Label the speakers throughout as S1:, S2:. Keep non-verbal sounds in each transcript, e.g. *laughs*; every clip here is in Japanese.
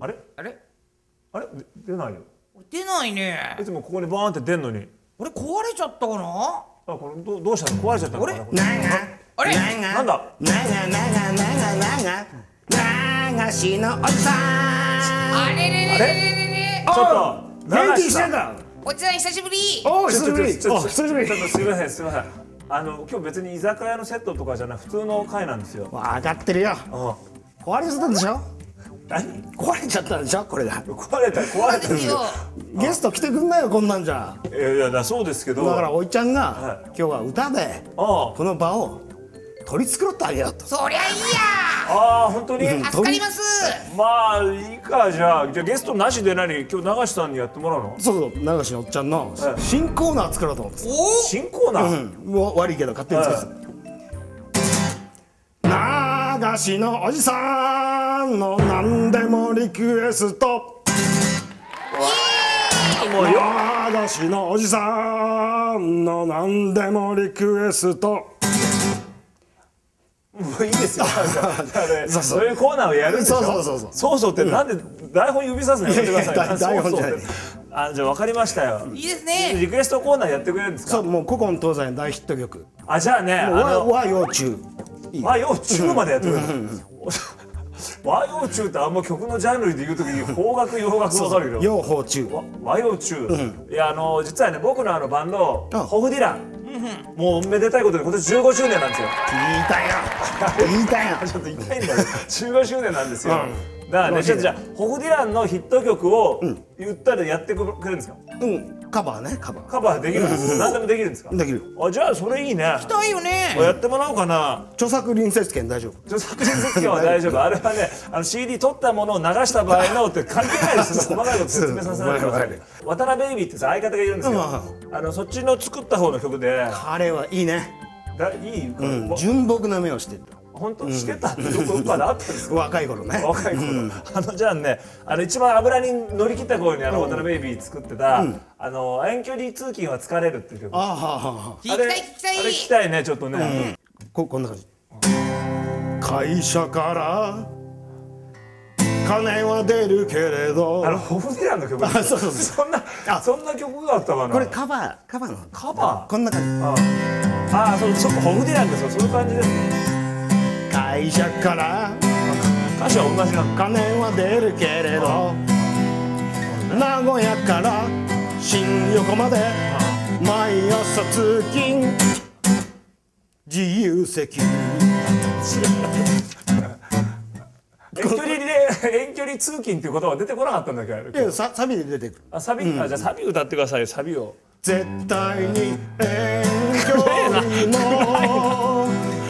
S1: あれ
S2: あれ
S1: あれ出ないよ
S2: 出ないね
S1: いつもここにバーンって出んのに
S2: 俺壊れちゃったかな
S1: あこれどどうしたの壊れちゃったのかなこれ
S2: あれ
S1: なんだ
S2: あれれれれれれれ
S1: ちょっと
S3: 元気して
S1: さん
S3: た
S2: おじさん久しぶり
S3: おお
S1: ちょっ
S3: 久し
S1: と
S3: ぶり
S1: ちょ
S3: お
S1: っとちょ
S3: 久
S1: っ
S3: し
S1: と
S3: ぶり
S1: ちょっとすみませんすみませんあの今日別に居酒屋のセットとかじゃなく普通の会なんですよ
S3: 分かってるよ
S1: あ
S3: 壊れちゃったんでしょ
S1: 何
S3: 壊れちゃったんでしょこれが
S1: 壊れた壊れた
S2: ですよ
S3: ゲスト来てくんないよこんなんじゃ
S1: いやいやだそうですけど
S3: だからおいちゃ
S1: は
S3: ん
S1: い
S3: が今日は歌で
S1: あ
S3: この場を取り繕ってあげようと
S2: そりゃいい
S1: あああ本当に、
S3: うん
S2: や助かります
S1: まあいいかじゃあじゃあゲストなしで何今日流しさんにやってもらうの
S3: そうそう流しのおっちゃんの
S1: はい
S3: 新コーナー作ろうと思って
S2: お
S1: 新コーナ
S3: う
S1: ー、
S3: んもう悪いけど勝手に作って流しのおじさんの何でもリクエスト
S1: もうよ
S3: 私のおじさんの何でもリクエスト
S1: もういいですよなんかあれ
S3: そうそう
S1: そういうコーナーをやるんでしょ
S3: そうそうそうそう
S1: そうそうってなんで台本指さすのやめてください
S3: いやいや台
S1: そうそう
S3: 台本じ
S1: あじゃあ分かりましたよ
S2: いいですね
S1: リクエストコーナーやってくれるんです
S3: そ
S1: か
S3: うもう古今東西の大ヒット曲
S1: あじゃあね
S3: 「
S1: あ
S3: 和
S1: の
S3: 和洋中」いい
S1: 和洋中までやってくれる *laughs* 和洋中ってあんま曲のジャンルで言うときに邦楽洋楽分かるけど
S3: 洋邦中
S1: わ和洋中、いやあの実はね僕のあのバンド、
S3: うん
S1: ホフディラン、もうめでたいことで今年15周年なんですよ
S3: 言いたいよ言い *laughs* たいよ
S1: ちょっと痛いんだけど15周年なんですよ、
S3: う
S1: だからね
S3: マジ
S1: ちょっと
S3: で
S1: じゃあホフディランのヒット曲を言ったらやってくれるんですか
S3: うんカバーねカバー
S1: カバーできるんですか何でもできるんですか
S3: できる
S1: あじゃあそれいいね
S2: 痛いよね
S1: やってもらおうかな
S3: 著作隣接権大丈夫
S1: 著作権説明は大丈夫あれはねあの CD 取ったものを流した場合のって関係ないですそんな細かいこと説明させないでください
S3: そう
S1: 渡辺ベイビーってさ相方がいるんですよ、あのそっちの作った方の曲で
S3: 彼はいいね、
S1: だいい、
S3: うん、
S1: わ
S3: 純朴な目をしてる
S1: 本当してたってよくまだあったんですか
S3: 若い頃
S1: *laughs*
S3: ね
S1: 若い頃、あのじゃあねあの一番油に乗り切った頃にあの、渡辺ベイビー作ってた、あの遠距離通勤は疲れるっていう曲
S3: あ
S1: あ
S3: あはあはあはあ
S2: 聞きた
S1: れ
S2: い聞きたい
S1: あれ聞きたいねちょっとね、
S3: ここんな感じ会社から金は出るけれど
S1: あのホフディランの曲
S3: あそうそうそうん
S1: な
S3: あ
S1: そんな曲があったかな
S3: これカバーカバーなの
S1: カバー
S3: こんな感じ
S1: あああそうそっかホフディランですよそういう感じですね
S3: 会社から
S1: 歌詞は同じなんだ
S3: 金は出るけれど名古屋から新横まで毎朝通勤自由席
S1: 遠距離で遠距離通勤っていう言葉は出てこなかったんだけどあれ
S3: いやササビで出てくる
S1: あサビ、あじゃあサビ歌ってくださいよサビを
S3: 絶対に遠距離の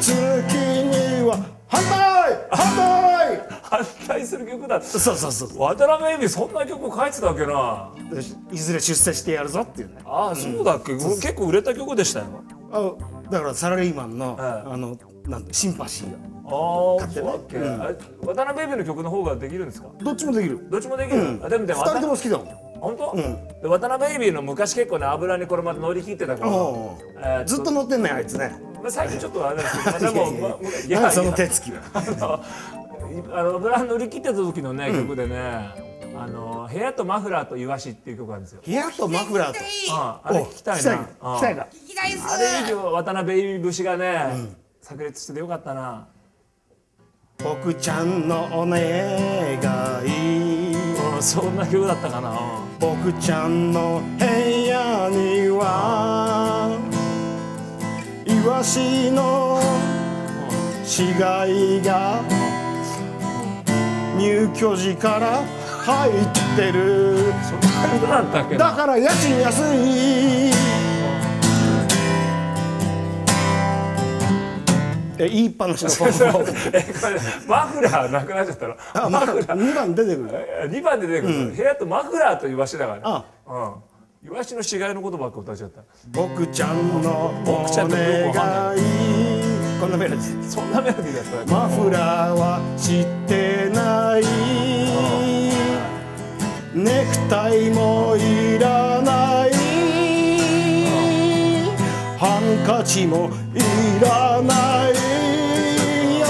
S3: 月には反対反対
S1: 反対する曲だ
S3: そうそうそう
S1: 渡辺恵美そんな曲書いてたっけな
S3: でいずれ出世してやるぞっていうね
S1: ああそうだっけ、これ結構売れた曲でしたよ
S3: あだからサラリーマンの、
S1: はい
S3: あのなんてシンパシーが
S1: ああ
S3: 買って
S1: そう
S3: ね
S1: だっけ、
S3: う
S1: あ
S3: ん
S1: れ渡辺恵美の曲の方ができるんですか
S3: どっちもできる
S1: どっちもできる、あでもでも
S3: 二人とも好きだもん
S1: 本当、で渡辺恵美の昔結構ね油にこれまで乗り切ってたから、
S3: おう
S1: えー
S3: ずっと乗ってんねあいつね
S1: まあ、最近ちょっとあれなんですけど、まあ、でもまあ *laughs* いや
S3: 何そ
S1: い
S3: の
S1: や
S3: 手つきは
S1: あのあの油乗り切ってた時のね曲でね、あの部屋とマフラーとイワシっていう曲なんですよ、
S3: 部屋とマフラーと
S2: 聞き
S1: ああれ
S3: お
S1: 聞きたいなああ
S3: 聞きたいか
S2: たい聞きたいっす
S1: あれいいよ渡辺恵美節がね、炸裂しててよかったな
S3: 僕ちゃんのお願い
S1: うんそんな曲だったかなうん
S3: 僕ちゃんの部屋にはイワシの死骸が入居時から入ってる
S1: そんな曲だったっけ
S3: だ
S1: な
S3: から家賃安いえ言いっぱなしのこの
S1: えこれ *laughs* マフラーなくなっちゃったの
S3: あまだ2番出てくる
S1: 2番で出てくる、部屋とマフラーとイワシだから、ね
S3: あ
S1: うん、イワシの死骸のことばっか歌っちゃった
S3: 僕ちゃんのお
S1: 僕ちゃんのよくわか
S3: 願いこんなメロディー
S1: そんなメロディーだったら
S3: マフラーはしてないネクタイもいらないハンカチもいらないよ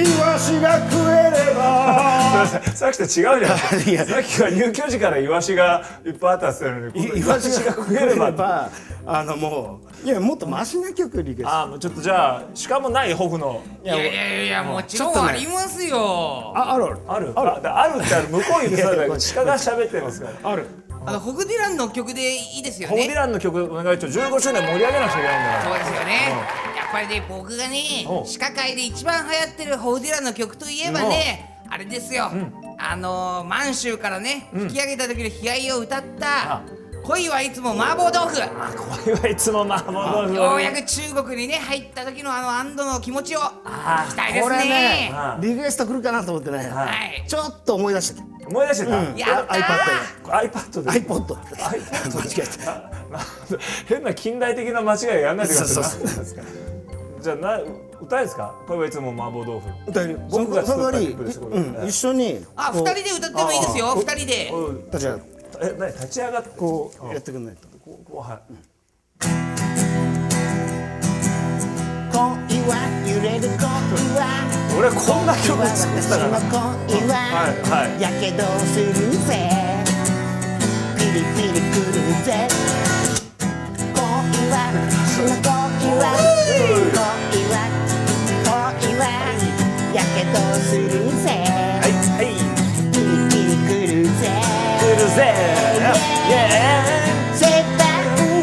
S3: イワシが食えれば
S1: さっきと違うじゃん
S3: いや
S1: さっきは入居時からイワシがいっぱいあったっつってたのに *laughs*
S3: イ
S1: イワ
S3: ワシ
S1: シ
S3: が
S1: が
S3: 食
S1: 食
S3: え
S1: え
S3: れ
S1: れ
S3: *laughs* ば
S1: ば
S3: あのもういやもっとマシな曲リクエスト
S1: ああもうちょっとじゃあしかもないホフの
S2: いやいやいやもちろ
S3: ちょっと
S2: ん
S3: ね
S2: ありますよ
S3: あある
S1: あるあるあるってある向こう指さない
S3: いやい
S1: から鹿
S3: や
S1: が喋ってるんですから
S3: ある
S2: あのホグディランの曲でいいですよ
S1: ホブディ
S2: ね
S1: ランの曲お願いちょ15周年盛り上げなくちゃいけないんだか
S2: そう
S1: ら
S2: ですよねやっぱりね僕がね
S1: お
S2: 歯科界で一番流行ってるホグディランの曲といえばねあれですよあのー満州からね引き上げた時の悲哀を歌った恋はいつも麻婆豆腐
S1: これはいつも麻婆豆腐
S2: ようやく中国にね入った時のあの安堵の気持ちを
S1: あー
S2: 聞きたいです
S3: これね
S2: ね
S1: ああ
S3: リクエスト来るかなと思ってね
S2: はい
S3: ちょっと思い出して
S1: 思い出してた、
S3: うん
S2: やったー
S1: iPad で iPod
S3: iPod 間違えた
S1: な変な近代的な間違いやんないでください
S3: そう
S1: なんですかじゃあな歌えですかこれはいつも麻婆豆腐
S3: 歌えるよ
S1: 僕が作った曲です
S3: その
S1: こ
S3: 代
S1: れ、
S3: わりうん一緒に
S2: あ
S3: こ
S2: 二
S3: う
S2: 人で歌ってもいいですよ二人で
S1: うん
S3: 立ち上がる
S1: え何立ち上がって
S3: こ
S1: うん
S3: うやってくんないと
S1: こうこうはい
S4: 恋は揺れる恋は
S1: 俺こんな曲作ったから
S4: 私の恋
S1: はいは
S4: はやけどするぜピリピリくるぜ恋は私の恋は恋は恋はやけどするぜ
S1: はいはい
S4: ピリピリくるぜ
S1: 来るぜイエ
S4: 背番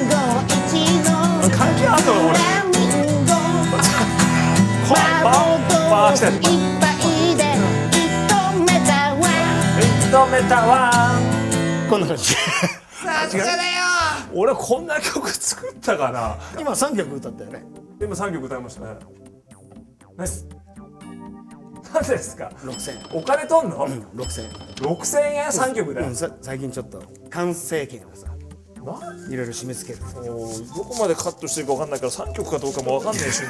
S4: 号一の
S1: ーイ関係あんの
S4: フ
S1: 俺
S4: ラミンゴ
S1: こうバンバンして
S4: いっぱいできっと目指は
S1: 認めたわ
S3: こんな感じ
S2: さすがだよ
S1: 俺こんな曲作ったかな
S3: *laughs* 今三曲歌ったよね
S1: 今3曲歌いましたねナイス何ですか
S3: 六千
S1: お金とんの、
S3: 六千
S1: 6000円3曲だよ、
S3: さ最近ちょっと完成形をさ
S1: ない
S3: ろいろ締め付ける
S1: もうどこまでカットしてるか分かんないから3曲かどうかも分かんないし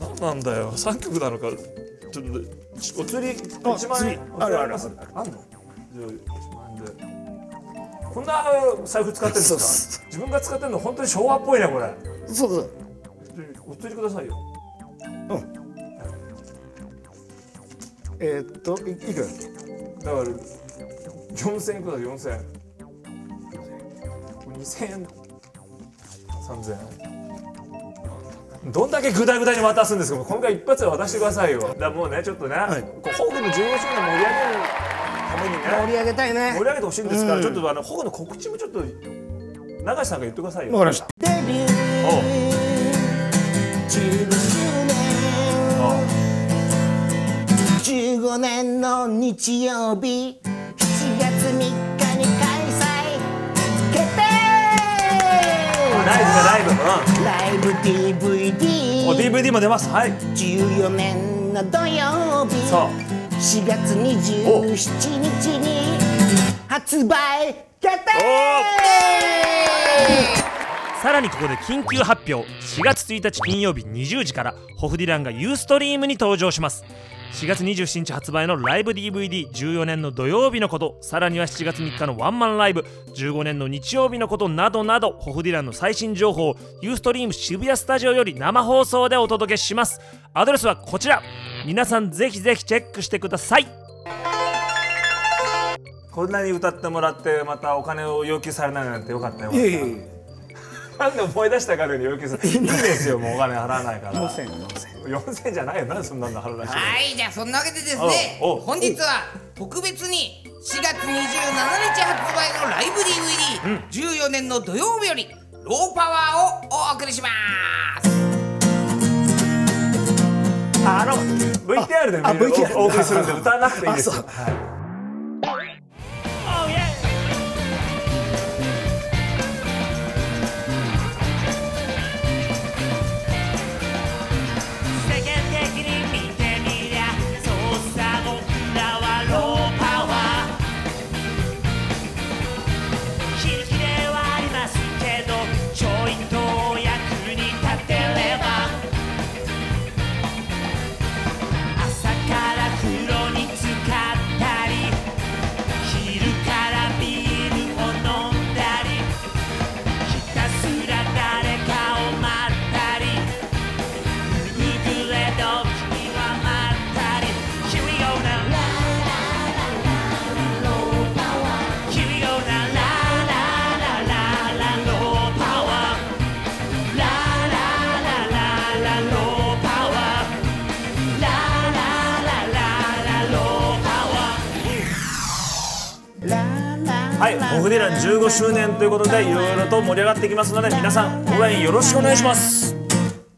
S1: 何なんだよ3曲なのかちょっとちお釣り1
S3: あ
S1: 万円
S3: 釣り
S1: お釣り
S3: あるある
S1: りますあんのじゃあ1万円でこんな財布使ってるん
S3: そう
S1: で
S3: っ
S1: す
S3: す
S1: か自分が使ってるの本当に昭和っぽいねこれ
S3: そうそう
S1: お釣りくださいよ
S3: うんえーっといいくらだっけ
S1: だから4000円ください4000円2000円3000円どんだけグダグダに渡すんですかもう今回一発で渡してくださいよだからもうねちょっとね、
S3: い
S1: こうホグの14周年盛り上げるために
S3: 盛
S1: ね
S3: り上げたいね
S1: 盛り上げてほしいんですから、
S3: うん
S1: ちょっとあのホグの告知もちょっと永瀬さんが言ってくださいよ
S3: わかりました
S4: デビュー
S1: おう
S4: 15周
S1: おう
S4: 年15年の日曜日7月3日に開催決定
S1: ライブだライブ、
S4: ライブ
S1: うん、お
S4: DVD14
S1: DVD も出ますはい
S4: 年の土曜日
S1: そう
S4: 4月
S1: お
S4: 27日に発売決定
S5: さらにここで緊急発表4月1日金曜日20時からホフディランがユーストリームに登場します4月27日発売のライブ DVD14 年の土曜日のことさらには7月3日のワンマンライブ15年の日曜日のことなどなどホフディランの最新情報をユーストリーム渋谷スタジオより生放送でお届けしますアドレスはこちら皆さんぜひぜひチェックしてください
S1: こんなに歌ってもらってまたお金を要求されないなんてよかったよ
S3: いやいやいや
S1: なんで思い出したかのように要求する。 *laughs* いいですよ、もうお金払わないから。
S3: 四千四千
S1: 四千じゃないよ、なんでそんなの払うらしい。
S2: はいじゃあそんなわけでですね
S1: おうおう
S2: 本日は特別に4月27日発売のライブ DVD14 年の土曜日よりローパワーをお送りします
S1: あの、VTR で
S3: あ
S1: 見る
S3: VTR
S1: おお送りするんで歌わなくていいですよ。
S3: あそう
S1: はい
S6: 「世界中の
S1: はい、ホフディラン15周年ということでいろいろと盛り上がっていきますので皆さん応援よろしくお願いします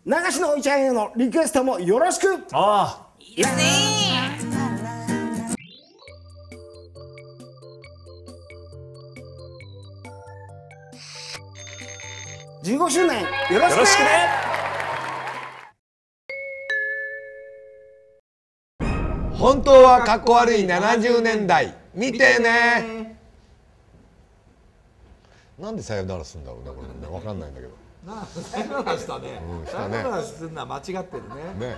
S3: 流しのおいちゃんへのリクエストもよろしく
S1: あ
S2: いいよね
S3: 15周年よろ
S1: あ
S3: し
S1: よ
S3: く
S1: ろしくね
S6: 本当はかっこ悪い70年代見てねなんでさよならするんだろうねこれね分かんないんだけど
S7: なあ、さよならしたね。
S6: うんし
S7: さ
S6: た
S7: よ
S6: ね
S7: ならするのは間違ってるね。
S6: ね